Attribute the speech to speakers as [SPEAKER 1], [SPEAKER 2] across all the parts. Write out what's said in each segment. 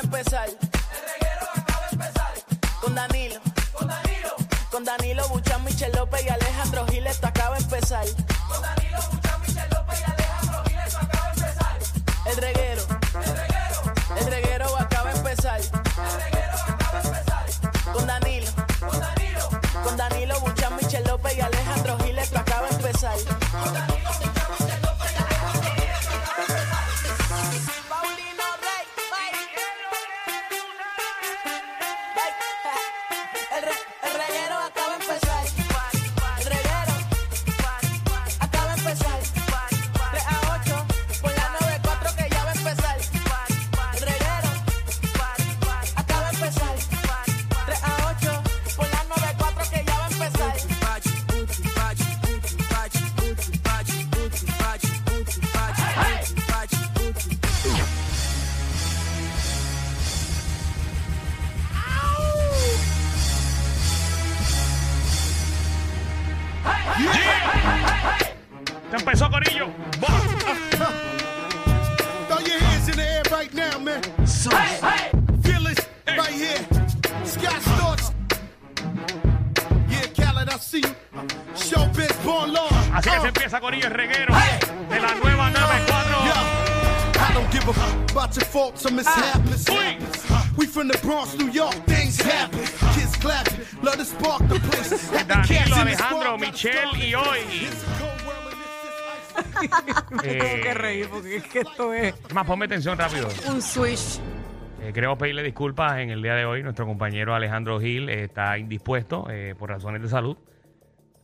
[SPEAKER 1] empezar. El reguero acaba de empezar. Con Danilo. Con Danilo. Con Danilo Buchan, Michel López y Alejandro Giles, esto acaba de empezar. Con Danilo Buchan, Michel López y Alejandro Giles, esto acaba de empezar. El reguero. El reguero. El reguero acaba de empezar. El reguero acaba de empezar. Con Danilo. Con Danilo. Con Danilo Buchan, Michel López y Alejandro Giles, esto acaba de empezar. Con Danilo Buchan, Michel López y Alejandro Giles, esto acaba de empezar. Paulino Rey. El, re- el reguero acaba de empezar. El reguero acaba de empezar. 3 a 8 por la 94 que ya va a empezar. El reguero acaba de empezar. 3 a 8 por la 94 que ya va a empezar.
[SPEAKER 2] Se empezó Corillo.
[SPEAKER 3] Throw your hands in the air right now, man. Feel it right here. Sky starts. Yeah, Khaled, I see you. Showbiz born law.
[SPEAKER 2] Así que se empieza Corillo el reguero de la nueva nave 4.
[SPEAKER 3] Yeah. I don't give a fuck about your faults or mishaps. mishaps.
[SPEAKER 2] Ah,
[SPEAKER 3] We from the Bronx, New York, things happen. Kids clapping, love to spark the place. Have the cats
[SPEAKER 2] Danilo,
[SPEAKER 3] in the squad,
[SPEAKER 2] Alejandro,
[SPEAKER 3] gotta
[SPEAKER 2] Michelle
[SPEAKER 3] start
[SPEAKER 2] y
[SPEAKER 3] it.
[SPEAKER 2] hoy.
[SPEAKER 3] It's a cold world and it's just
[SPEAKER 2] Eh,
[SPEAKER 3] ice.
[SPEAKER 4] que reír porque es que esto es
[SPEAKER 2] es más, ponme atención rápido.
[SPEAKER 4] un switch.
[SPEAKER 2] Eh, queremos pedirle disculpas en el día de hoy. Nuestro compañero Alejandro Gil eh, está indispuesto eh, por razones de salud.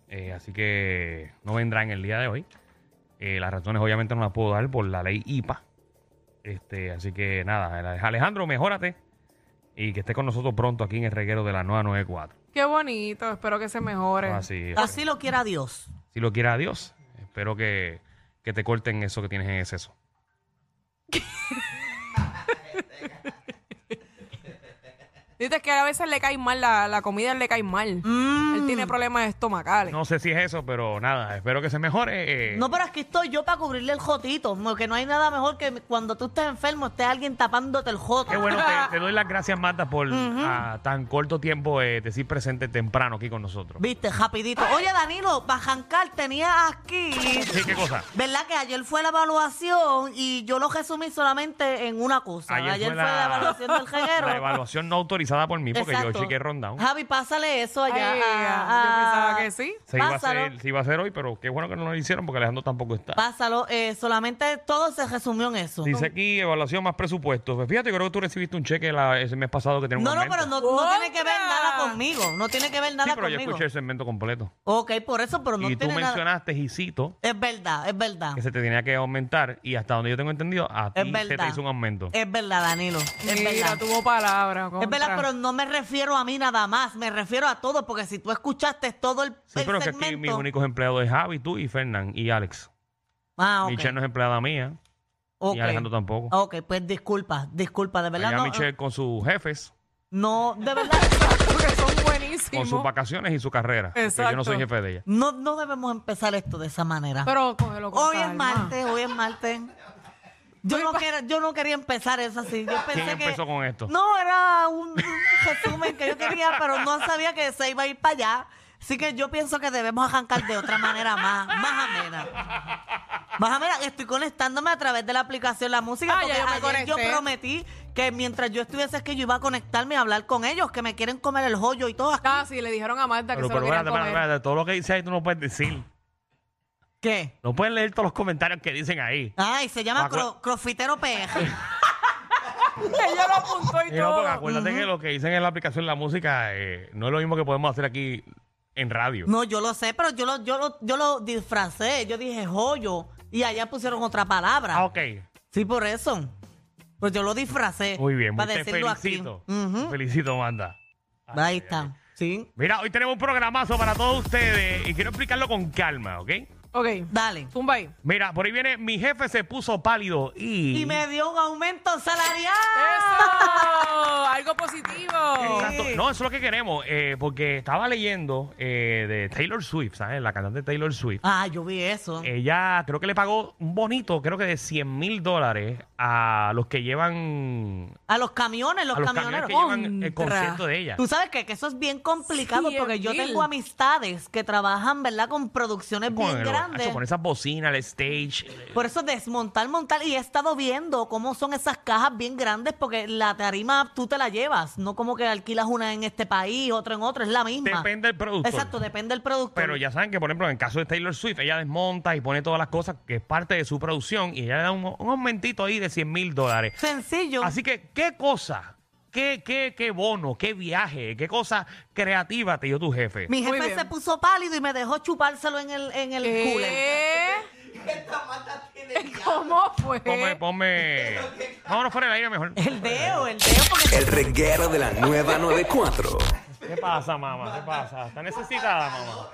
[SPEAKER 2] Eh, así que no vendrá en el día de hoy. Eh, las razones obviamente no las puedo dar por la ley IPA. Este, así que nada, Alejandro, mejórate y que esté con nosotros pronto aquí en el reguero de la 994.
[SPEAKER 4] Qué bonito, espero que se mejore.
[SPEAKER 2] Así,
[SPEAKER 5] Así lo quiera Dios.
[SPEAKER 2] Ah, si lo quiera Dios, espero que, que te corten eso que tienes en exceso.
[SPEAKER 4] Dices que a veces le cae mal la, la comida, le cae mal.
[SPEAKER 5] Mm.
[SPEAKER 4] Él tiene problemas estomacales.
[SPEAKER 2] No sé si es eso, pero nada, espero que se mejore. eh,
[SPEAKER 5] No, pero aquí estoy yo para cubrirle el jotito. Porque no hay nada mejor que cuando tú estés enfermo esté alguien tapándote el joto.
[SPEAKER 2] Qué bueno, te, te doy las gracias, Marta, por a tan corto tiempo eh, decir presente temprano aquí con nosotros.
[SPEAKER 5] Viste, rapidito. Oye, Danilo, Bajancar tenía aquí.
[SPEAKER 2] Sí, ¿Qué cosa?
[SPEAKER 5] ¿Verdad que ayer fue la evaluación y yo lo resumí solamente en una cosa? Ayer, fue, la... evaluación del reguero.
[SPEAKER 2] La evaluación no autorizada por mí, porque yo chequeé rundown.
[SPEAKER 5] Javi, pásale eso
[SPEAKER 4] Ay, ah,
[SPEAKER 5] allá. Ah, a-
[SPEAKER 4] yo
[SPEAKER 5] a-
[SPEAKER 4] pensaba que sí.
[SPEAKER 2] Se iba, a
[SPEAKER 5] pásalo.
[SPEAKER 2] hacer, se iba a hacer hoy, pero qué bueno que no lo hicieron porque Alejandro tampoco está.
[SPEAKER 5] Pásalo. eh, solamente todo se resumió en eso.
[SPEAKER 2] Dice aquí evaluación más presupuesto. Pues fíjate, creo que tú recibiste un cheque la- ese mes pasado que tenía un
[SPEAKER 5] No, no,
[SPEAKER 2] aumento.
[SPEAKER 5] pero no, no tiene que ver
[SPEAKER 4] ¡Contra!
[SPEAKER 5] nada conmigo. No tiene que ver
[SPEAKER 2] Sí,
[SPEAKER 5] nada
[SPEAKER 2] pero yo
[SPEAKER 5] conmigo.
[SPEAKER 2] escuché el segmento completo.
[SPEAKER 5] Ok, por eso, pero no
[SPEAKER 2] y tú
[SPEAKER 5] tiene nada.
[SPEAKER 2] mencionaste, y cito,
[SPEAKER 5] Es verdad, es verdad.
[SPEAKER 2] que se te tenía que aumentar y hasta donde yo tengo entendido, a ti
[SPEAKER 5] Es
[SPEAKER 2] se te
[SPEAKER 5] verdad.
[SPEAKER 2] hizo un aumento.
[SPEAKER 5] Es verdad, Danilo. Es
[SPEAKER 4] Mira,
[SPEAKER 5] verdad.
[SPEAKER 4] tuvo palabras.
[SPEAKER 5] Es verdad,
[SPEAKER 4] contra.
[SPEAKER 5] pero no me refiero a mí nada más. Me refiero a todo, porque si tú escuchaste todo el,
[SPEAKER 2] Sí,
[SPEAKER 5] el
[SPEAKER 2] pero que aquí
[SPEAKER 5] segmento.
[SPEAKER 2] mis únicos empleados es Javi, tú y Fernán y Alex.
[SPEAKER 5] Ah, ok.
[SPEAKER 2] Michelle no es empleada mía,
[SPEAKER 5] ok.
[SPEAKER 2] y Alejandro tampoco.
[SPEAKER 5] Ok, pues disculpa, disculpa, de verdad.
[SPEAKER 2] Allá
[SPEAKER 5] No, eh,
[SPEAKER 2] Michelle con sus jefes,
[SPEAKER 5] no, de verdad.
[SPEAKER 4] Porque son
[SPEAKER 2] con sus
[SPEAKER 4] buenísimos.
[SPEAKER 2] vacaciones y su carrera. porque Yo no
[SPEAKER 4] Exacto.
[SPEAKER 2] soy jefe de ella.
[SPEAKER 5] No, no debemos empezar esto de esa manera.
[SPEAKER 4] Pero cógelo con
[SPEAKER 5] hoy es
[SPEAKER 4] calma.
[SPEAKER 5] martes, hoy es martes. Yo
[SPEAKER 4] Hoy
[SPEAKER 5] no,
[SPEAKER 4] pa-
[SPEAKER 5] quería, yo no quería empezar eso así. Yo pensé
[SPEAKER 2] ¿Quién
[SPEAKER 5] que-
[SPEAKER 2] empezó con esto?
[SPEAKER 5] No, era un, un resumen que yo quería, pero no sabía que se iba a ir para allá. Así que yo pienso que debemos arrancar de otra manera más, más amena. Más amena, estoy conectándome a través de la aplicación La Música,
[SPEAKER 4] Ah,
[SPEAKER 5] porque
[SPEAKER 4] ya yo me
[SPEAKER 5] ayer yo
[SPEAKER 4] conecté.
[SPEAKER 5] prometí que mientras yo estuviese aquí yo iba a conectarme y hablar con ellos, que me quieren comer el joyo y todo. aquí.
[SPEAKER 4] Ah, sí, le dijeron a Marta que
[SPEAKER 2] Pero,
[SPEAKER 4] se
[SPEAKER 2] pero
[SPEAKER 4] lo querían
[SPEAKER 2] espérate, espérate,
[SPEAKER 4] comer.
[SPEAKER 2] espérate, todo lo que dice ahí tú no puedes decir.
[SPEAKER 5] ¿Qué?
[SPEAKER 2] No puedes leer todos los comentarios que dicen ahí.
[SPEAKER 5] Ay, se llama
[SPEAKER 2] Acu-
[SPEAKER 5] cro- crofitero PR.
[SPEAKER 4] Ella lo apuntó y
[SPEAKER 2] Y no, porque
[SPEAKER 4] todo.
[SPEAKER 2] acuérdate que lo que dicen en la aplicación la música eh, no es lo mismo que podemos hacer aquí en radio.
[SPEAKER 5] No, yo lo sé, pero yo lo, yo lo, yo lo disfracé. Yo dije joyo y allá pusieron otra palabra.
[SPEAKER 2] Ah, ok.
[SPEAKER 5] Sí, por eso. Pues yo lo disfracé.
[SPEAKER 2] Muy bien. pues
[SPEAKER 5] Para
[SPEAKER 2] Te
[SPEAKER 5] decirlo aquí.
[SPEAKER 2] felicito. Te
[SPEAKER 5] Ujú.
[SPEAKER 2] Felicito, Manda.
[SPEAKER 5] Ahí está. Sí.
[SPEAKER 2] Mira, hoy tenemos un programazo para todos ustedes y quiero explicarlo con calma, ¿ok?
[SPEAKER 4] Ok,
[SPEAKER 5] Dale.
[SPEAKER 4] tumba ahí.
[SPEAKER 2] Mira, por ahí viene, mi jefe se puso pálido y...
[SPEAKER 5] Y me dio un aumento salarial.
[SPEAKER 4] ¡Eso! Algo positivo.
[SPEAKER 2] Exacto. No, eso es lo que queremos, eh, porque estaba leyendo eh, de Taylor Swift, ¿sabes? La cantante Taylor Swift. Eh.
[SPEAKER 5] Ah, yo vi eso.
[SPEAKER 2] Ella creo que le pagó un bonito, creo que de 100 mil dólares a los que llevan
[SPEAKER 5] A los camiones, los,
[SPEAKER 2] a los camiones
[SPEAKER 5] camioneros.
[SPEAKER 2] que llevan el
[SPEAKER 4] Contra.
[SPEAKER 2] concierto de ella.
[SPEAKER 5] Tú sabes qué? que eso es bien complicado
[SPEAKER 4] Sí,
[SPEAKER 5] porque yo
[SPEAKER 4] Bill.
[SPEAKER 5] tengo amistades que trabajan, ¿verdad?, con producciones
[SPEAKER 2] Con
[SPEAKER 5] bien
[SPEAKER 2] el-
[SPEAKER 5] grandes.
[SPEAKER 2] hacho, con esas bocinas, el stage. eh,
[SPEAKER 5] Por eso desmontar, montar. Y he estado viendo cómo son esas cajas bien grandes porque la tarima tú te la llevas. No como que alquilas una en este país, otra en otro. Es la misma.
[SPEAKER 2] Depende del productor.
[SPEAKER 5] Exacto, depende del producto.
[SPEAKER 2] Pero ya saben que, por ejemplo, en el caso de Taylor Swift, ella desmonta y pone todas las cosas que es parte de su producción y ella le da un, un aumentito ahí de 100 mil dólares.
[SPEAKER 5] Sencillo.
[SPEAKER 2] Así que, ¿qué cosa? ¿Qué, qué, qué bono? ¿Qué viaje? ¿Qué cosa creativa te dio tu jefe?
[SPEAKER 5] Mi
[SPEAKER 4] Muy
[SPEAKER 5] jefe
[SPEAKER 4] bien.
[SPEAKER 5] se puso pálido y me dejó chupárselo en el, en el cooler.
[SPEAKER 4] ¿Qué? ¿Cómo fue?
[SPEAKER 2] Ponme, ponme. Vámonos fuera del aire mejor.
[SPEAKER 5] El dedo, el dedo, porque
[SPEAKER 6] El reguero de la nueva 94.
[SPEAKER 2] ¿Qué pasa, mamá? ¿Qué pasa? ¿Está necesitada, mamá?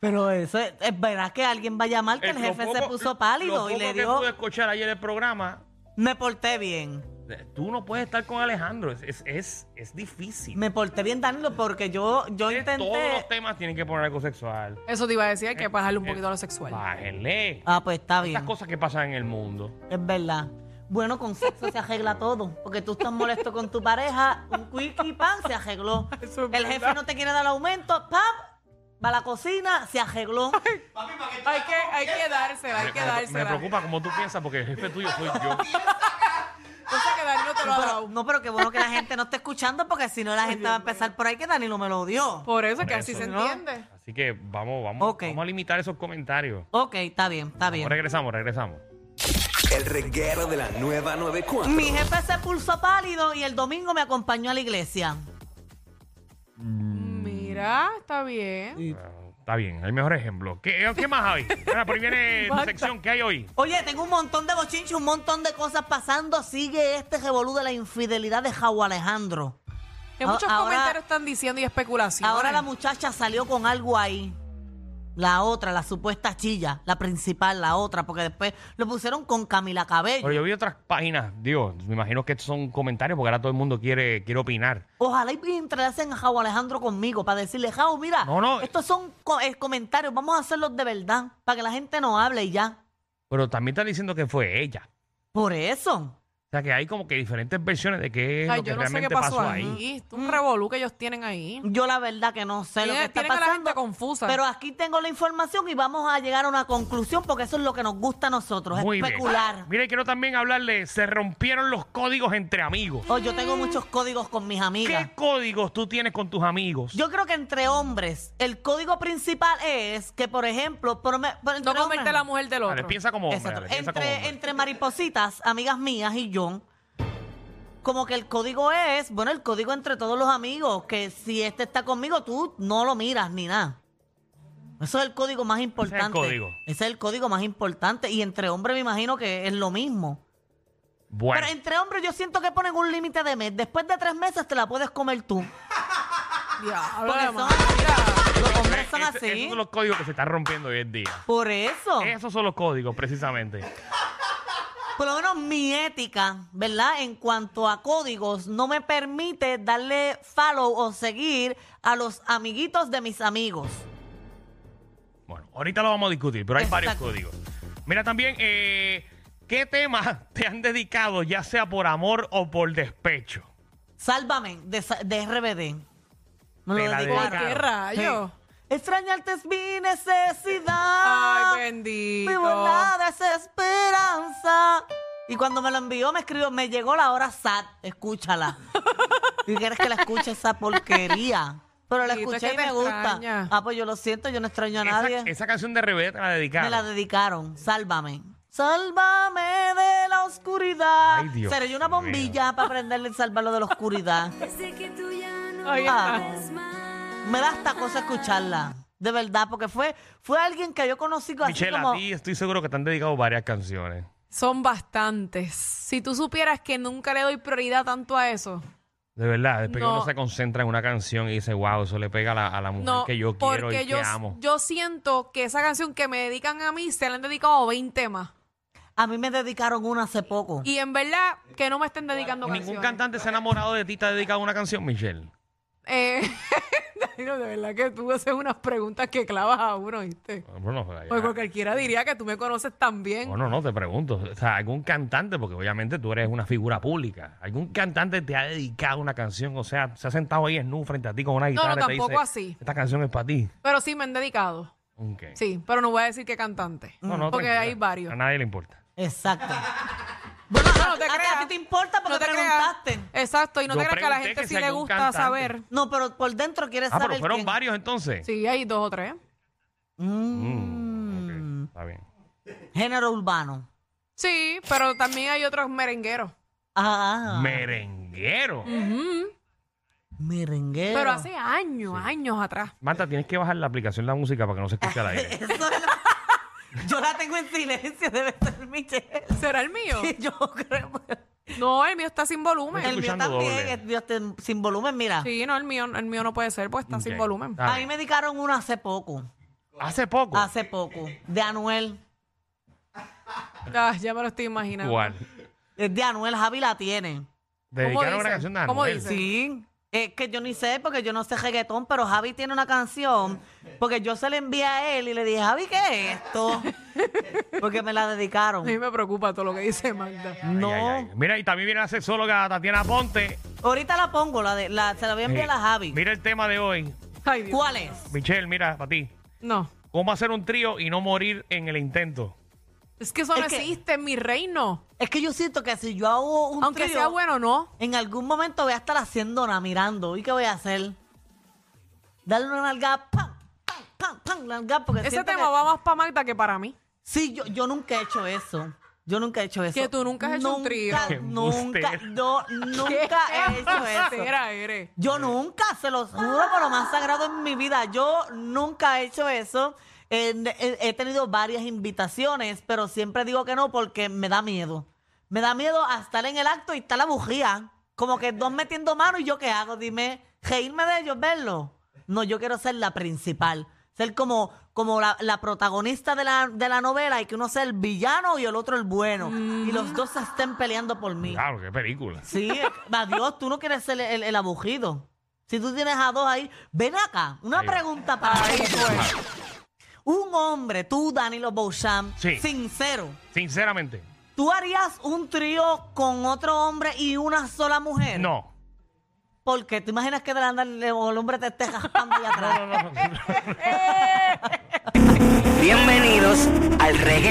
[SPEAKER 5] Pero eso es, es verdad que alguien va a llamar que el,
[SPEAKER 2] Eh, lo
[SPEAKER 5] jefe se
[SPEAKER 2] poco-
[SPEAKER 5] puso
[SPEAKER 2] lo
[SPEAKER 5] pálido y
[SPEAKER 2] poco
[SPEAKER 5] le
[SPEAKER 2] que
[SPEAKER 5] dio.
[SPEAKER 2] pude escuchar ayer el programa,
[SPEAKER 5] Me porté bien.
[SPEAKER 2] eh, tú no puedes estar con Alejandro. Es, es, es, es difícil.
[SPEAKER 5] Me porté bien, Danilo, porque yo, yo
[SPEAKER 2] Eh, Todos
[SPEAKER 5] intenté.
[SPEAKER 2] los temas tienen que poner algo sexual.
[SPEAKER 4] Eso te iba a decir,
[SPEAKER 2] Eh,
[SPEAKER 4] hay que bajarle un poquito a lo sexual.
[SPEAKER 2] Bájenle.
[SPEAKER 5] Ah, pues está bien.
[SPEAKER 2] Estas cosas que pasan en el mundo.
[SPEAKER 5] Es verdad. Bueno, con sexo se arregla todo. Porque tú estás molesto con tu pareja, un quickie, pan, se arregló.
[SPEAKER 4] Eso es
[SPEAKER 5] el jefe
[SPEAKER 4] verdad.
[SPEAKER 5] no te quiere dar aumento, pam, va a la cocina, se arregló.
[SPEAKER 4] Hay que, hay que dársela, hay que
[SPEAKER 2] Me- me,
[SPEAKER 4] dársela.
[SPEAKER 2] preocupa cómo tú piensas porque el jefe tuyo soy yo.
[SPEAKER 4] Yo sé que Danilo te lo ha
[SPEAKER 5] Pero,
[SPEAKER 4] dado.
[SPEAKER 5] no, pero qué bueno que la gente no está escuchando, porque si no la gente va a empezar por ahí que Danilo me lo dio.
[SPEAKER 4] Por eso es que
[SPEAKER 2] Por
[SPEAKER 4] así
[SPEAKER 2] eso,
[SPEAKER 4] se
[SPEAKER 5] ¿no?
[SPEAKER 4] entiende.
[SPEAKER 2] Así que vamos, vamos,
[SPEAKER 5] Ok.
[SPEAKER 2] vamos a limitar esos comentarios.
[SPEAKER 5] Ok, está bien, está bien.
[SPEAKER 2] Regresamos, regresamos.
[SPEAKER 6] El reguero de la nueva 94.
[SPEAKER 5] Mi jefe se pulso pálido y el domingo me acompañó a la iglesia.
[SPEAKER 4] Mira, está bien.
[SPEAKER 2] Ah, Está bien, el mejor ejemplo. ¿Qué, eh, qué más hay? Mira, por ahí viene tu
[SPEAKER 4] Basta.
[SPEAKER 2] sección. ¿Qué hay hoy?
[SPEAKER 5] Oye, tengo un montón de bochinches, un montón de cosas pasando. Sigue este revolú de la infidelidad de Jau Alejandro.
[SPEAKER 4] Que muchos
[SPEAKER 5] Ahora-
[SPEAKER 4] comentarios están diciendo y especulaciones.
[SPEAKER 5] Ahora la muchacha salió con algo ahí. La otra, la supuesta chilla, la principal, la otra, porque después lo pusieron con Camila Cabello.
[SPEAKER 2] Pero yo vi otras páginas, digo, me imagino que estos son comentarios porque ahora todo el mundo quiere, quiere opinar.
[SPEAKER 5] Ojalá y entrelacen a Jau Alejandro conmigo para decirle, Jau, mira,
[SPEAKER 2] No, no.
[SPEAKER 5] estos son co- eh, comentarios, vamos a hacerlos de verdad, para que la gente no hable y ya.
[SPEAKER 2] Pero también están diciendo que fue ella.
[SPEAKER 5] Por eso.
[SPEAKER 2] O sea, que hay como que diferentes versiones de qué es
[SPEAKER 4] Ay,
[SPEAKER 2] lo que
[SPEAKER 4] yo no sé
[SPEAKER 2] realmente
[SPEAKER 4] qué pasó, ahí.
[SPEAKER 2] ahí.
[SPEAKER 4] Esto es Un revolú que ellos tienen ahí.
[SPEAKER 5] Yo la verdad Mm. que no sé lo que
[SPEAKER 4] Tienen,
[SPEAKER 5] está
[SPEAKER 4] tienen a la gente
[SPEAKER 5] pasando.
[SPEAKER 4] confusa.
[SPEAKER 5] Pero aquí tengo la información y vamos a llegar a una conclusión porque eso es lo que nos gusta a nosotros,
[SPEAKER 2] Muy bien.
[SPEAKER 5] especular.
[SPEAKER 2] Mira, y quiero también hablarle, se rompieron los códigos entre amigos.
[SPEAKER 5] Oh, yo tengo muchos códigos con mis amigas.
[SPEAKER 2] ¿Qué códigos tú tienes con tus amigos?
[SPEAKER 5] Yo creo que entre hombres, el código principal es que, por ejemplo, por, me- por- entre
[SPEAKER 4] no comerte
[SPEAKER 5] hombres-
[SPEAKER 4] la mujer del
[SPEAKER 2] Dale,
[SPEAKER 4] otro.
[SPEAKER 2] piensa como hombre,
[SPEAKER 5] Exacto.
[SPEAKER 2] dale, piensa como
[SPEAKER 5] entre,
[SPEAKER 2] hombre.
[SPEAKER 5] entre maripositas, amigas mías y John, como que el código es, bueno, el código entre todos los amigos, que si este está conmigo, tú no lo miras ni nada. Eso es el código más
[SPEAKER 2] el
[SPEAKER 5] importante.
[SPEAKER 2] código.
[SPEAKER 5] Ese es el código más importante. Y entre hombres me imagino que es lo mismo.
[SPEAKER 2] Bueno,
[SPEAKER 5] Pero entre hombres yo siento que ponen un límite de mes. Después de tres meses te la puedes comer tú.
[SPEAKER 4] Diablo,
[SPEAKER 5] Porque
[SPEAKER 4] de
[SPEAKER 5] son
[SPEAKER 4] madre.
[SPEAKER 5] así. Los hombres son
[SPEAKER 2] Eh, ese-
[SPEAKER 5] así. Oh.
[SPEAKER 2] esos son los códigos que se están rompiendo hoy en día.
[SPEAKER 5] Por eso.
[SPEAKER 2] Esos son los códigos, precisamente.
[SPEAKER 5] Por lo menos mi ética, ¿verdad? En cuanto a códigos, no me permite darle follow o seguir a los amiguitos de mis amigos.
[SPEAKER 2] Bueno, ahorita lo vamos a discutir, pero hay varios
[SPEAKER 5] Exacto.
[SPEAKER 2] códigos. Mira también, eh, ¿qué temas te han dedicado, ya sea por amor o por despecho?
[SPEAKER 5] Sálvame de, sa- de RBD. Me
[SPEAKER 2] Te
[SPEAKER 5] lo
[SPEAKER 2] la
[SPEAKER 4] ¿Por
[SPEAKER 5] dedicaron.
[SPEAKER 2] dedicaron.
[SPEAKER 4] qué rayos?
[SPEAKER 5] Extrañarte es mi necesidad.
[SPEAKER 4] Ay, bendito.
[SPEAKER 5] Vivo en la desesperanza. Y cuando me lo envió, me escribió, me llegó la hora SAT, escúchala. ¿Y quieres que la escuche esa porquería? Pero la
[SPEAKER 4] Sí, tú es
[SPEAKER 5] escuché
[SPEAKER 4] que
[SPEAKER 5] y
[SPEAKER 4] te
[SPEAKER 5] me gusta.
[SPEAKER 4] extraña.
[SPEAKER 5] Ah, pues yo lo siento, yo no extraño a
[SPEAKER 2] Esa,
[SPEAKER 5] nadie.
[SPEAKER 2] esa canción de Rebe te la dedicaron.
[SPEAKER 5] Me la dedicaron. Sálvame. Sálvame de la oscuridad.
[SPEAKER 2] Ay, Dios
[SPEAKER 5] Seré yo una
[SPEAKER 2] mío.
[SPEAKER 5] bombilla para prenderle y salvarlo de la oscuridad.
[SPEAKER 7] Sé que tú ya no
[SPEAKER 4] Ahí
[SPEAKER 5] Ah.
[SPEAKER 4] está.
[SPEAKER 7] eres más.
[SPEAKER 5] Me da hasta cosa escucharla. De verdad, porque fue, fue alguien que yo conocí así
[SPEAKER 2] Michelle,
[SPEAKER 5] como.
[SPEAKER 2] a ti estoy seguro que te han dedicado varias canciones.
[SPEAKER 4] Son bastantes. Si tú supieras que nunca le doy prioridad tanto a eso.
[SPEAKER 2] De verdad, después que
[SPEAKER 4] No.
[SPEAKER 2] uno se concentra en una canción y dice, wow, eso le pega a la, a la mujer
[SPEAKER 4] No,
[SPEAKER 2] que yo quiero
[SPEAKER 4] porque
[SPEAKER 2] y
[SPEAKER 4] yo,
[SPEAKER 2] que amo.
[SPEAKER 4] yo siento que esa canción que me dedican a mí se la han dedicado 20 más.
[SPEAKER 5] A mí me dedicaron una hace poco.
[SPEAKER 4] Y en verdad que no me estén dedicando
[SPEAKER 2] ¿Ningún
[SPEAKER 4] canciones.
[SPEAKER 2] cantante se ha enamorado de ti y te ha dedicado una canción, Michelle?
[SPEAKER 4] Eh, Danilo, de verdad que tú haces unas preguntas que clavas a uno, ¿viste?
[SPEAKER 2] Bueno, pues ya-
[SPEAKER 4] Porque cualquiera diría que tú me conoces tan bien.
[SPEAKER 2] Bueno, no, te pregunto. O sea, algún cantante, porque obviamente tú eres una figura pública, algún cantante te ha dedicado una canción, o sea, se ha sentado ahí en nu frente a ti con una guitarra y te
[SPEAKER 4] tampoco
[SPEAKER 2] dice,
[SPEAKER 4] así.
[SPEAKER 2] esta canción es para ti.
[SPEAKER 4] Pero sí me han dedicado.
[SPEAKER 2] Ok.
[SPEAKER 4] Sí, pero no voy a decir qué cantante.
[SPEAKER 2] No, no,
[SPEAKER 4] porque
[SPEAKER 2] tranquila.
[SPEAKER 4] hay varios.
[SPEAKER 2] A nadie le importa. Ah,
[SPEAKER 5] Exacto.
[SPEAKER 4] Bueno,
[SPEAKER 5] a- a- a ti te importa porque preguntaste.
[SPEAKER 4] Exacto, y no
[SPEAKER 2] Yo
[SPEAKER 4] te creas que a la
[SPEAKER 2] pregunté
[SPEAKER 4] gente
[SPEAKER 2] que
[SPEAKER 4] sí
[SPEAKER 2] si
[SPEAKER 4] le
[SPEAKER 2] algún
[SPEAKER 4] gusta
[SPEAKER 2] cantante.
[SPEAKER 4] saber.
[SPEAKER 5] No, pero por dentro quieres
[SPEAKER 2] Ah,
[SPEAKER 5] saber.
[SPEAKER 2] pero fueron
[SPEAKER 5] quién.
[SPEAKER 2] varios entonces.
[SPEAKER 4] Sí, hay dos o tres.
[SPEAKER 5] Mm.
[SPEAKER 2] Mm, ok, Está bien.
[SPEAKER 5] Género urbano.
[SPEAKER 4] Sí, pero también hay otros merengueros.
[SPEAKER 5] Ah,
[SPEAKER 2] Merenguero.
[SPEAKER 5] merenguero.
[SPEAKER 4] Pero hace años, años atrás.
[SPEAKER 2] Marta, tienes que bajar la aplicación de la música para que no se escuche al aire.
[SPEAKER 5] Eso es la- Yo la tengo en silencio, debe ser Michelle.
[SPEAKER 4] ¿Será el mío?
[SPEAKER 5] Yo creo.
[SPEAKER 4] No, el mío está sin volumen.
[SPEAKER 5] El mío
[SPEAKER 2] escuchando
[SPEAKER 5] también,
[SPEAKER 2] doble.
[SPEAKER 5] el mío está sin volumen, mira.
[SPEAKER 4] Sí, no, el mío, el mío no puede ser, pues está sin
[SPEAKER 2] Ok, Ah.
[SPEAKER 4] volumen.
[SPEAKER 2] está
[SPEAKER 5] A mí
[SPEAKER 2] bien.
[SPEAKER 5] me dedicaron uno hace poco.
[SPEAKER 2] Hace poco.
[SPEAKER 5] Hace poco. De Anuel.
[SPEAKER 4] Ah, ya me lo estoy imaginando.
[SPEAKER 2] ¿Cuál?
[SPEAKER 5] Es de Anuel, Javi la tiene.
[SPEAKER 2] Dedicaron una
[SPEAKER 4] dice?
[SPEAKER 2] canción de
[SPEAKER 4] ¿Cómo
[SPEAKER 2] Anuel.
[SPEAKER 4] dice?
[SPEAKER 5] Sí. Es que yo ni sé porque yo no sé reggaetón, pero Javi tiene una canción. Porque yo se la envié a él y le dije, Javi, ¿qué es esto? Porque me la
[SPEAKER 4] A
[SPEAKER 5] dedicaron.
[SPEAKER 4] mí me preocupa todo lo que dice Magda.
[SPEAKER 5] No.
[SPEAKER 2] Ay, ay, ay. Mira, y también viene la sexóloga Tatiana Ponte. Eh,
[SPEAKER 5] Ahorita la pongo, la de, la, se la voy a
[SPEAKER 4] Eh,
[SPEAKER 5] enviar a Javi.
[SPEAKER 2] Mira el tema de hoy.
[SPEAKER 4] Ay, Dios.
[SPEAKER 5] ¿Cuál es?
[SPEAKER 2] Michelle, mira, para ti.
[SPEAKER 4] No.
[SPEAKER 2] ¿Cómo hacer un trío y no morir en el intento?
[SPEAKER 4] Es que eso no
[SPEAKER 5] Es que-
[SPEAKER 4] existe en mi reino.
[SPEAKER 5] Es que yo siento que si yo hago un
[SPEAKER 4] Aunque
[SPEAKER 5] trío,
[SPEAKER 4] sea bueno o no.
[SPEAKER 5] en algún momento voy a estar haciendo una mirando. ¿Y qué voy a hacer? Darle una nalga, pam, pam, pam, pam, nalga, porque
[SPEAKER 4] Ese
[SPEAKER 5] siento
[SPEAKER 4] tema
[SPEAKER 5] que-
[SPEAKER 4] va más para Magda que para mí.
[SPEAKER 5] Sí, yo, yo nunca he hecho eso. Yo nunca he hecho eso.
[SPEAKER 4] Que tú nunca has hecho un trío.
[SPEAKER 5] Nunca,
[SPEAKER 2] Qué
[SPEAKER 5] Nunca,
[SPEAKER 2] embustero.
[SPEAKER 5] yo nunca he hecho eso.
[SPEAKER 4] Era, eres.
[SPEAKER 5] Yo nunca, se los juro por lo más sagrado en mi vida, yo nunca he hecho eso. Eh, eh, he tenido varias invitaciones, pero siempre digo que no porque me da miedo. Me da miedo a estar en el acto y está la bujía. Como que dos metiendo mano y yo qué hago, dime, reírme de ellos, verlo. No, yo quiero ser la principal. Ser como, como la, la protagonista de la, de la novela y que uno sea el villano y el otro el bueno. Y los dos se estén peleando por mí.
[SPEAKER 2] Claro, qué película.
[SPEAKER 5] Sí, eh, adiós, tú no quieres ser el, el, el abugido. Si tú tienes a dos ahí, ven acá. Una
[SPEAKER 2] Ahí va.
[SPEAKER 5] pregunta para ti. Un hombre, tú, Danilo Beauchamp,
[SPEAKER 2] Sí.
[SPEAKER 5] sincero,
[SPEAKER 2] Sinceramente,
[SPEAKER 5] ¿tú harías un trío con otro hombre y una sola mujer?
[SPEAKER 2] no.
[SPEAKER 5] Porque tú imaginas que de la nada el, el hombre te esté raspando allá atrás.
[SPEAKER 2] No, no, no.
[SPEAKER 8] Bienvenidos al reggae.